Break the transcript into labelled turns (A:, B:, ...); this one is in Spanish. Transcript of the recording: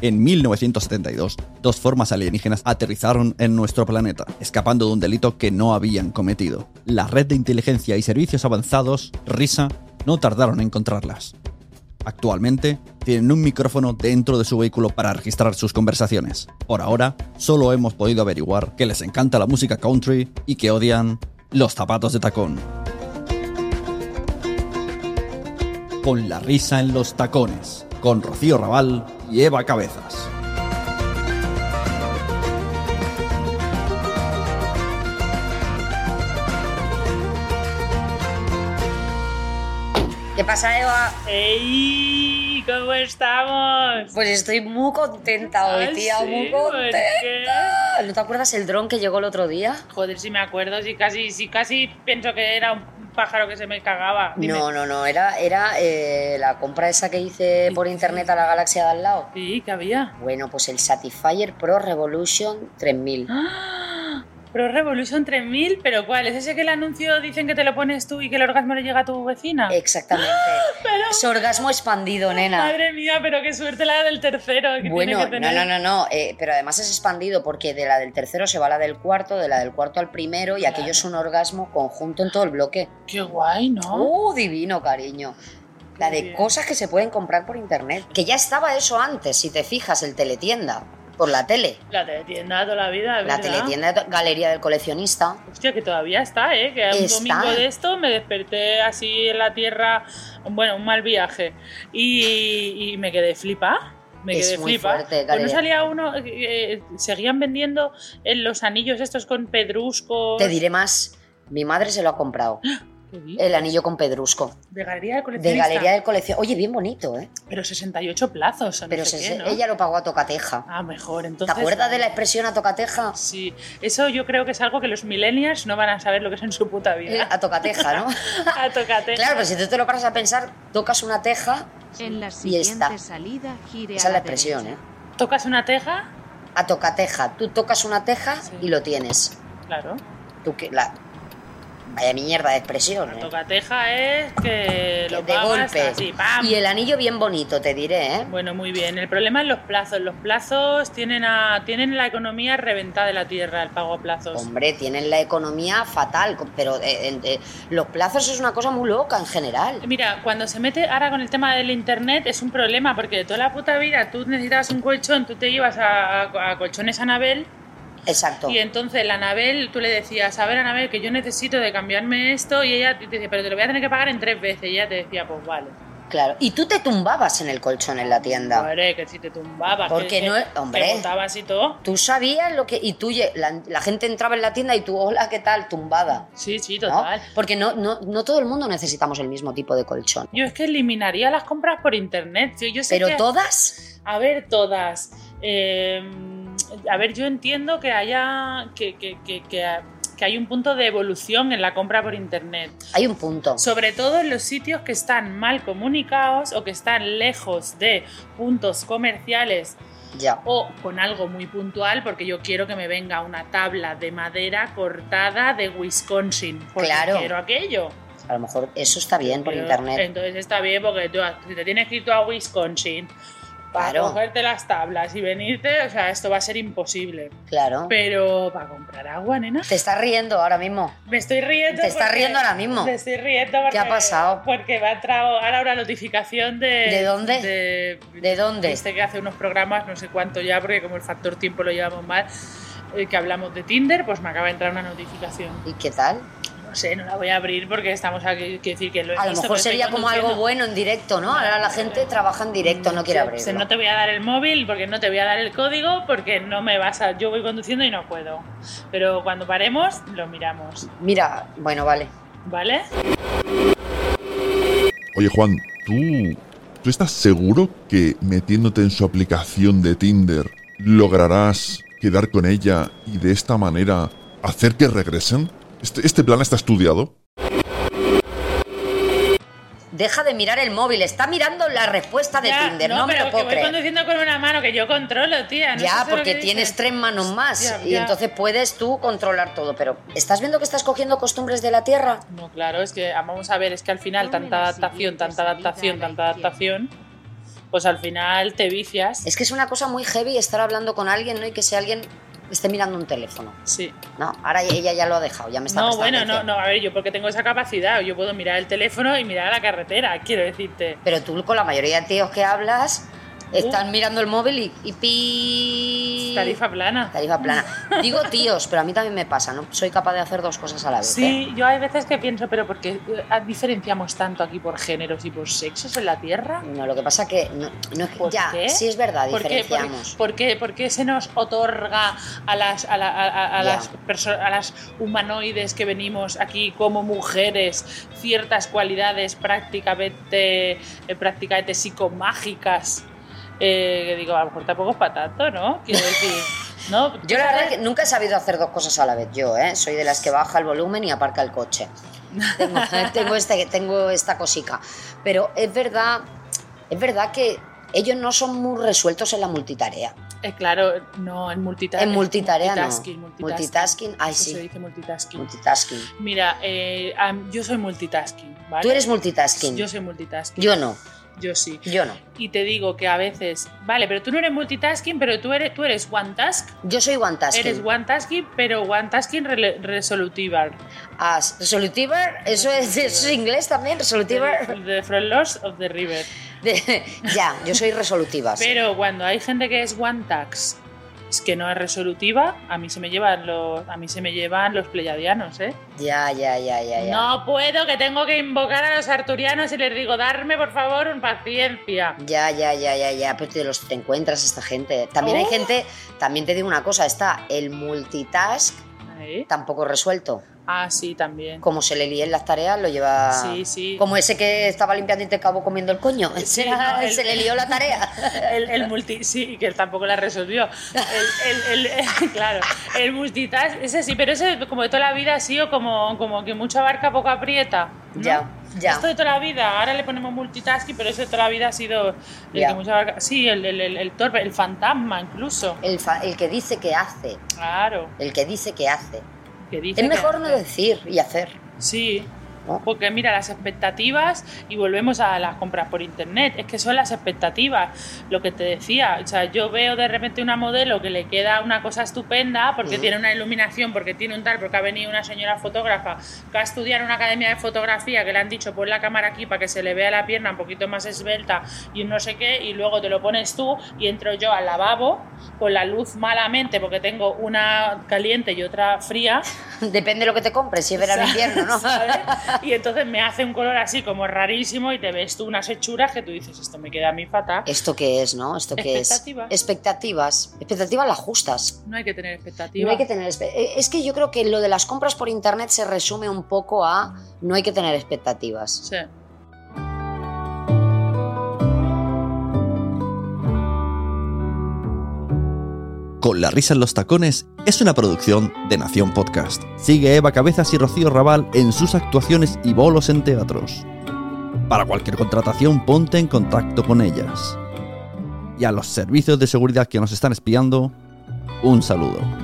A: en 1972, dos formas alienígenas aterrizaron en nuestro planeta, escapando de un delito que no habían cometido. La red de inteligencia y servicios avanzados, RISA, no tardaron en encontrarlas. Actualmente, tienen un micrófono dentro de su vehículo para registrar sus conversaciones. Por ahora, solo hemos podido averiguar que les encanta la música country y que odian los zapatos de tacón. Con la risa en los tacones, con Rocío Raval y Eva Cabezas.
B: ¿Qué pasa, Eva?
C: ¡Ey! ¿Cómo estamos?
B: Pues estoy muy contenta hoy,
C: Ah,
B: tía,
C: sí,
B: muy
C: ¿por
B: contenta. ¿No te acuerdas el dron que llegó el otro día?
C: Joder, si me acuerdo, si casi, si casi pienso que era un pájaro que se me cagaba. Dime.
B: No, no, no, era, era eh, la compra esa que hice por internet a la galaxia de al lado.
C: Sí, que había.
B: Bueno, pues el Satisfyer Pro Revolution 3000.
C: ¡Ah! Pro Revolution 3000, pero ¿cuál? ¿Es ese que el anuncio dicen que te lo pones tú y que el orgasmo le llega a tu vecina?
B: Eh, Exactamente.
C: Pero-
B: Es orgasmo expandido, nena.
C: Ah. Madre mía, pero qué suerte la del tercero que tiene
B: Bueno,
C: que
B: no,
C: tener.
B: no, no, no, eh, pero además es expandido porque de la del tercero se va a la del cuarto, de la del cuarto al primero y
C: Claro.
B: aquello es un orgasmo conjunto en todo el bloque.
C: Qué guay, ¿no?
B: ¡Uh, divino, cariño! La
C: Muy
B: de
C: bien.
B: cosas que se pueden comprar por internet. Que ya estaba eso antes, si te fijas, el teletienda. Por la tele.
C: La teletienda toda la vida,
B: La
C: ¿verdad?
B: teletienda de Galería del Coleccionista.
C: Hostia, que todavía está, ¿eh? Que un
B: Está.
C: domingo de esto me desperté así en la tierra, bueno, un mal viaje. Y, y me quedé flipa. Me
B: Es
C: quedé
B: muy
C: flipa.
B: fuerte,
C: Pues
B: Galería.
C: no salía uno, eh, eh, seguían vendiendo en los anillos estos con pedruscos.
B: Te diré más. Mi madre se lo ha comprado.
C: ¿Qué di?
B: El anillo con pedrusco.
C: De galería de
B: De
C: coleccionista.
B: Galería del Coleccionista. Oye, bien bonito, ¿eh?
C: Pero 68 plazos, o no
B: Pero
C: sé
B: se-
C: qué, ¿no?
B: ella lo pagó a tocateja.
C: Ah, mejor,
B: ¿Te
C: entonces.
B: acuerdas de la expresión a tocateja?
C: Sí, eso yo creo que es algo que los millennials no van a saber lo que es en su puta vida.
B: Eh, A tocateja, ¿no?
C: A tocate.
B: Claro, pero si tú te lo paras a pensar, tocas una teja.
D: En la
B: Y está.
D: siguiente salida gire
B: Esa
D: a
B: es la
D: la
B: expresión, ¿eh?
D: derecha.
C: ¿Tocas una teja?
B: A tocateja. Tú tocas una teja
C: Sí.
B: y lo tienes.
C: Claro.
B: Tú que la vaya mierda de expresión.
C: La
B: ¿eh?
C: tocateja es que
B: Que
C: lo
B: de
C: pagas
B: golpe.
C: así, ¡pam!
B: Y el anillo bien bonito, te diré, ¿eh?
C: Bueno, muy bien. El problema es los plazos. Los plazos tienen a tienen la economía reventada de la tierra, el pago a plazos.
B: Hombre, tienen la economía fatal, pero eh, eh, eh, los plazos es una cosa muy loca en general.
C: Mira, cuando se mete ahora con el tema del internet es un problema porque de toda la puta vida tú necesitabas un colchón, tú te ibas a, a- a colchones Anabel
B: Exacto.
C: y entonces la Anabel tú le decías, a ver Anabel, que yo necesito de cambiarme esto y ella te dice, pero te lo voy a tener que pagar en tres veces y ella te decía, pues vale.
B: Claro. Y tú te tumbabas en el colchón en la tienda.
C: Hombre, que si te tumbabas,
B: Porque
C: que,
B: no
C: que
B: es- hombre.
C: te botabas y todo.
B: Tú sabías lo que... Y tú, lle- la, la gente entraba en la tienda y tú, hola, ¿qué tal? Tumbada.
C: Sí, sí,
B: ¿no?
C: total.
B: Porque no, no, no todo el mundo necesitamos el mismo tipo de colchón.
C: Yo es que eliminaría las compras por internet. tío. Yo sé
B: Pero
C: que-
B: todas...
C: A ver, todas. Eh, a ver, yo entiendo que haya. Que, que- que- que- que hay un punto de evolución en la compra por internet.
B: Hay un punto.
C: Sobre todo en los sitios que están mal comunicados o que están lejos de puntos comerciales
B: Ya.
C: o con algo muy puntual, porque yo quiero que me venga una tabla de madera cortada de Wisconsin. Porque
B: Claro.
C: Quiero aquello.
B: A lo mejor eso está bien por
C: Pero
B: internet.
C: Entonces está bien porque tú, si te tienes que ir tú a Wisconsin para
B: Claro.
C: cogerte las tablas y venirte, o sea, esto va a ser imposible.
B: Claro.
C: Pero para comprar agua, nena.
B: Te estás riendo ahora mismo.
C: Me estoy riendo.
B: Te estás
C: porque-
B: riendo ahora mismo.
C: Te estoy riendo porque,
B: ha pasado?
C: Porque me ha entrado ahora una notificación de.
B: ¿De dónde?
C: De,
B: ¿De dónde?
C: Este que hace unos programas, no sé cuánto ya, porque como el factor tiempo lo llevamos mal, eh, que hablamos de Tinder, pues me acaba de entrar una notificación.
B: ¿Y qué tal?
C: No sé, no la voy a abrir porque estamos aquí. Quiero decir que lo he
B: A lo mejor
C: visto, pero estoy
B: sería como
C: conduciendo.
B: algo bueno en directo, ¿no? Ahora la gente trabaja en directo, no quiere
C: Sí,
B: abrirlo.
C: o sea, no te voy a dar el móvil porque no te voy a dar el código porque no me vas a. Yo voy conduciendo y no puedo. Pero cuando paremos, lo miramos.
B: Mira, bueno, vale.
C: ¿Vale?
E: Oye, Juan, ¿tú, ¿tú estás seguro que metiéndote en su aplicación de Tinder lograrás quedar con ella y de esta manera hacer que regresen? Este, este plan está estudiado.
B: Deja de mirar el móvil, está mirando la respuesta de
C: Ya,
B: Tinder,
C: no,
B: no, me
C: pero
B: lo
C: que
B: puedo
C: voy
B: creer.
C: conduciendo con una mano que yo controlo, tía. no sé
B: ya,
C: eso lo
B: porque
C: que
B: tienes
C: dices.
B: tres manos más
C: Ya,
B: y
C: ya.
B: entonces puedes tú controlar todo, pero ¿estás viendo que estás cogiendo costumbres de la Tierra?
C: No, claro, es que ah, vamos a ver, es que al final
D: Tome
C: tanta
D: la
C: adaptación,
D: siguiente
C: tanta
D: salida
C: adaptación, tanta
D: a la izquierda.
C: adaptación. pues al final te vicias.
B: Es que es una cosa muy heavy estar hablando con alguien, ¿no? Y que sea alguien esté mirando un teléfono.
C: Sí.
B: No, ahora ella ya lo ha dejado, ya me está
C: No,
B: prestando
C: bueno, no,
B: atención.
C: no, a ver, yo porque tengo esa capacidad, yo puedo mirar el teléfono y mirar a la carretera, quiero decirte.
B: Pero tú con la mayoría de tíos que hablas están mirando el móvil y, y pi...
C: Tarifa plana.
B: Tarifa plana. Digo tíos, pero a mí también me pasa, ¿no? Soy capaz de hacer dos cosas a la vez. ¿eh?
C: Sí, yo hay veces que pienso, pero ¿por qué eh, diferenciamos tanto aquí por géneros y por sexos en la Tierra?
B: No, lo que pasa que no, no es que
C: ¿Por
B: ya,
C: qué?
B: sí es verdad,
C: ¿Por qué, por,
B: diferenciamos.
C: por qué- por qué se nos otorga a las, a, la- a- a- a
B: Ya.
C: las perso- a las humanoides que venimos aquí como mujeres ciertas cualidades prácticamente, eh, prácticamente psicomágicas? Eh, que digo, a lo mejor tampoco es para tanto, ¿no? Quiero decir, ¿no?
B: Yo la verdad que nunca he sabido hacer dos cosas a la vez, yo, ¿eh? Soy de las que baja el volumen y aparca el coche. Tengo, tengo, este, tengo esta cosica. Pero es verdad, es verdad que ellos no son muy resueltos en la multitarea.
C: Eh, claro, no, en multitarea.
B: En multitarea no.
C: multitasking, multitasking.
B: Multitasking, ay,
C: Eso
B: sí.
C: Se dice multitasking.
B: Multitasking.
C: Mira, eh, am- yo soy multitasking, ¿vale?
B: Tú eres multitasking.
C: Yo soy multitasking.
B: Yo no,
C: Yo sí.
B: yo no.
C: Y te digo que a veces, vale, pero tú no eres multitasking, pero tú eres, tú eres one task.
B: Yo soy one tasking.
C: Eres one tasking, pero one tasking rele- resolutiva.
B: As. Resolutiva, eso es, eso es inglés también, resolutiva.
C: The, the front lords of the river.
B: De- ya, yo soy resolutiva. sí.
C: Pero cuando hay gente que es one task, es que no es resolutiva, a mí se me llevan los, a mí se me llevan los pleyadianos, ¿eh?
B: Ya, ya, ya, ya, ya.
C: No puedo, que tengo que invocar a los arturianos y les digo, darme por favor un paciencia.
B: Ya, ya, ya, ya, ya. Pero te los te encuentras esta gente. También hay
C: Oh.
B: gente, también te digo una cosa, está el multitask
C: Ahí.
B: tampoco resuelto.
C: Ah, sí, también.
B: Como se le líen las tareas, lo lleva.
C: Sí, sí.
B: Como ese que estaba limpiando y te acabó comiendo el coño.
C: Sí,
B: Ese
C: no, el-
B: Se le lió la tarea.
C: El, el multi, sí, que él tampoco la resolvió. El, el- el- claro, el multitask, ese sí, pero ese como de toda la vida ha sido como, como que mucho abarca, poco aprieta. ¿no?
B: Ya, ya.
C: Esto de toda la vida, ahora le ponemos multitasking, pero eso de toda la vida ha sido el
B: Ya.
C: que mucho abarca. Sí, el, el, el- el torpe, el fantasma incluso.
B: El, fa- el que dice que hace.
C: Claro,
B: El que dice que hace.
C: que dice.
B: Es
C: que-
B: mejor no decir y hacer.
C: Sí.
B: ¿no?
C: Porque mira, las expectativas, y volvemos a las compras por internet, es que son las expectativas, lo que te decía. O sea, yo veo de repente una modelo que le queda una cosa estupenda porque
B: Mm.
C: tiene una iluminación, porque tiene un tal, porque ha venido una señora fotógrafa que ha estudiado en una academia de fotografía, que le han dicho pon la cámara aquí para que se le vea la pierna un poquito más esbelta y un no sé qué, y luego te lo pones tú y entro yo al lavabo con la luz malamente porque tengo una caliente y otra fría.
B: Depende de lo que te compres, si es verano o invierno, ¿no?
C: ¿sabes? Y entonces me hace un color así como rarísimo y te ves tú unas hechuras que tú dices, esto me queda a mí fatal.
B: ¿Esto qué es, no? ¿Esto qué es?
C: Expectativas.
B: Expectativas. Expectativas las justas.
C: No hay que tener expectativas.
B: No hay que tener espe- eh, Es que yo creo que lo de las compras por internet se resume un poco a no hay que tener expectativas.
C: Sí.
A: Con la risa en los tacones es una producción de Nación Podcast. Sigue a Eva Cabezas y Rocío Raval en sus actuaciones y bolos en teatros. Para cualquier contratación ponte en contacto con ellas. Y a los servicios de seguridad que nos están espiando, un saludo.